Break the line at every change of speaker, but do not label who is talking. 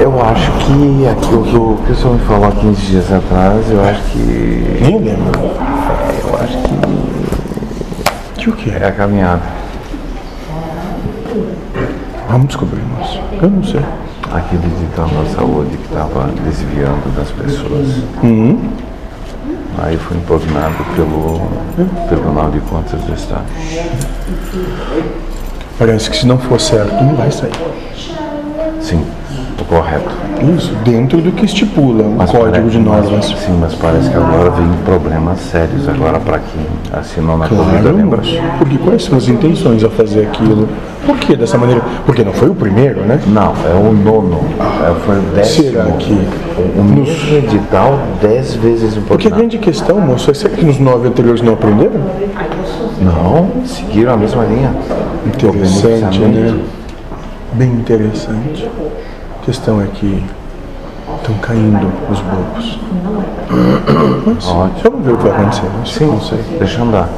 Eu acho que aquilo que o, que o senhor me falou há 15 dias atrás, eu acho que.
Nem lembro. É,
Eu acho que
De o quê?
é a caminhada.
Vamos descobrir, moço. Eu não sei.
Aquele de tornar saúde que estava desviando das pessoas.
Uhum.
Aí foi impugnado pelo Tribunal de Contas do Estado.
Parece que se não for certo, não vai sair.
Sim, o correto.
Isso, dentro do que estipula é o código
parece-
de normas.
mas- sim, mas parece que agora vem problemas sérios agora para quem assinou na corrida,
Claro,
lembra?
moço. Porque quais são as intenções ao fazer aquilo? Por que dessa maneira? Porque não foi o primeiro, né?
Não, é o nono. É, foi o décimo.
Será que
O mesmo edital, dez vezes
Porque a
impugnado.
grande questão, moço, é será que nos nove anteriores não aprenderam?
Não, seguiram a mesma linha.
Interessante, né?
Beneficiamento.
Bem interessante. A questão é que estão caindo os bobos.
Ótimo.
né? Vamos ver o que vai acontecer. Sim, não sei.
Deixa andar.